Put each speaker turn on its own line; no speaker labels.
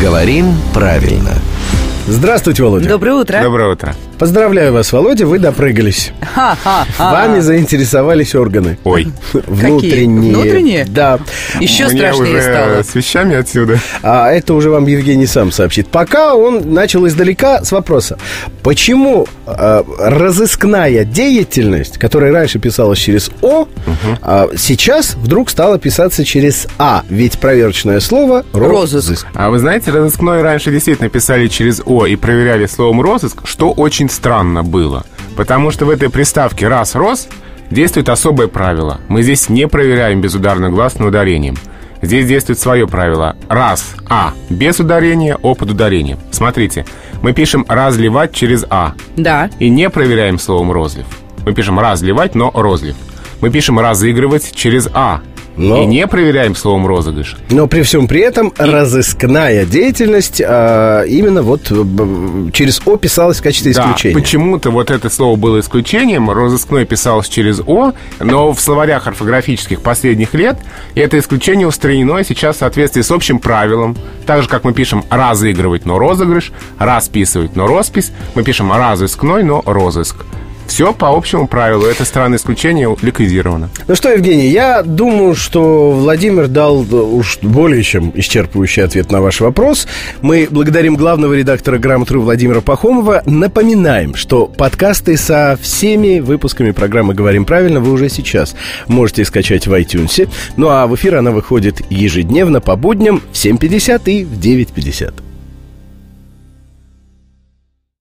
Говорим правильно.
Здравствуйте, Володя.
Доброе утро.
Доброе утро.
Поздравляю вас, Володя, вы допрыгались.
Ха-ха-ха.
Вами заинтересовались органы.
Ой.
Внутренние.
Внутренние?
Да.
Еще
Мне
страшнее
уже
стало.
с вещами отсюда.
А это уже вам Евгений сам сообщит. Пока он начал издалека с вопроса, почему э, разыскная деятельность, которая раньше писалась через О, а сейчас вдруг стала писаться через А. Ведь проверочное слово
Розыск.
А вы знаете, разыскной раньше действительно писали через «о» и проверяли словом «розыск», что очень странно было. Потому что в этой приставке «раз рос» действует особое правило. Мы здесь не проверяем безударный глаз на ударением. Здесь действует свое правило. Раз «а» без ударения, «о» под ударением. Смотрите, мы пишем «разливать» через «а».
Да.
и не проверяем словом «розлив». Мы пишем «разливать», но «розлив». Мы пишем «разыгрывать» через «а».
Но-
И не проверяем словом «розыгрыш».
Но при всем при этом разыскная деятельность а, именно вот э, б- через О писалась в качестве
Да,
исключения.
почему-то вот это слово было исключением, розыскной писалось через «о», но в словарях орфографических последних лет это исключение устранено и сейчас в соответствии с общим правилом, так же, как мы пишем «разыгрывать», но «розыгрыш», «расписывать», но «роспись», мы пишем «разыскной», но «розыск». Все по общему правилу, это странное исключение ликвидировано.
Ну что, Евгений, я думаю, что Владимир дал э, уж более чем исчерпывающий ответ на ваш вопрос. Мы благодарим главного редактора «Грамотру» Владимира Пахомова. Напоминаем, что подкасты со всеми выпусками программы «Говорим правильно» вы уже сейчас можете скачать в iTunes. Ну а в эфир она выходит ежедневно по будням в 7.50 и в 9.50.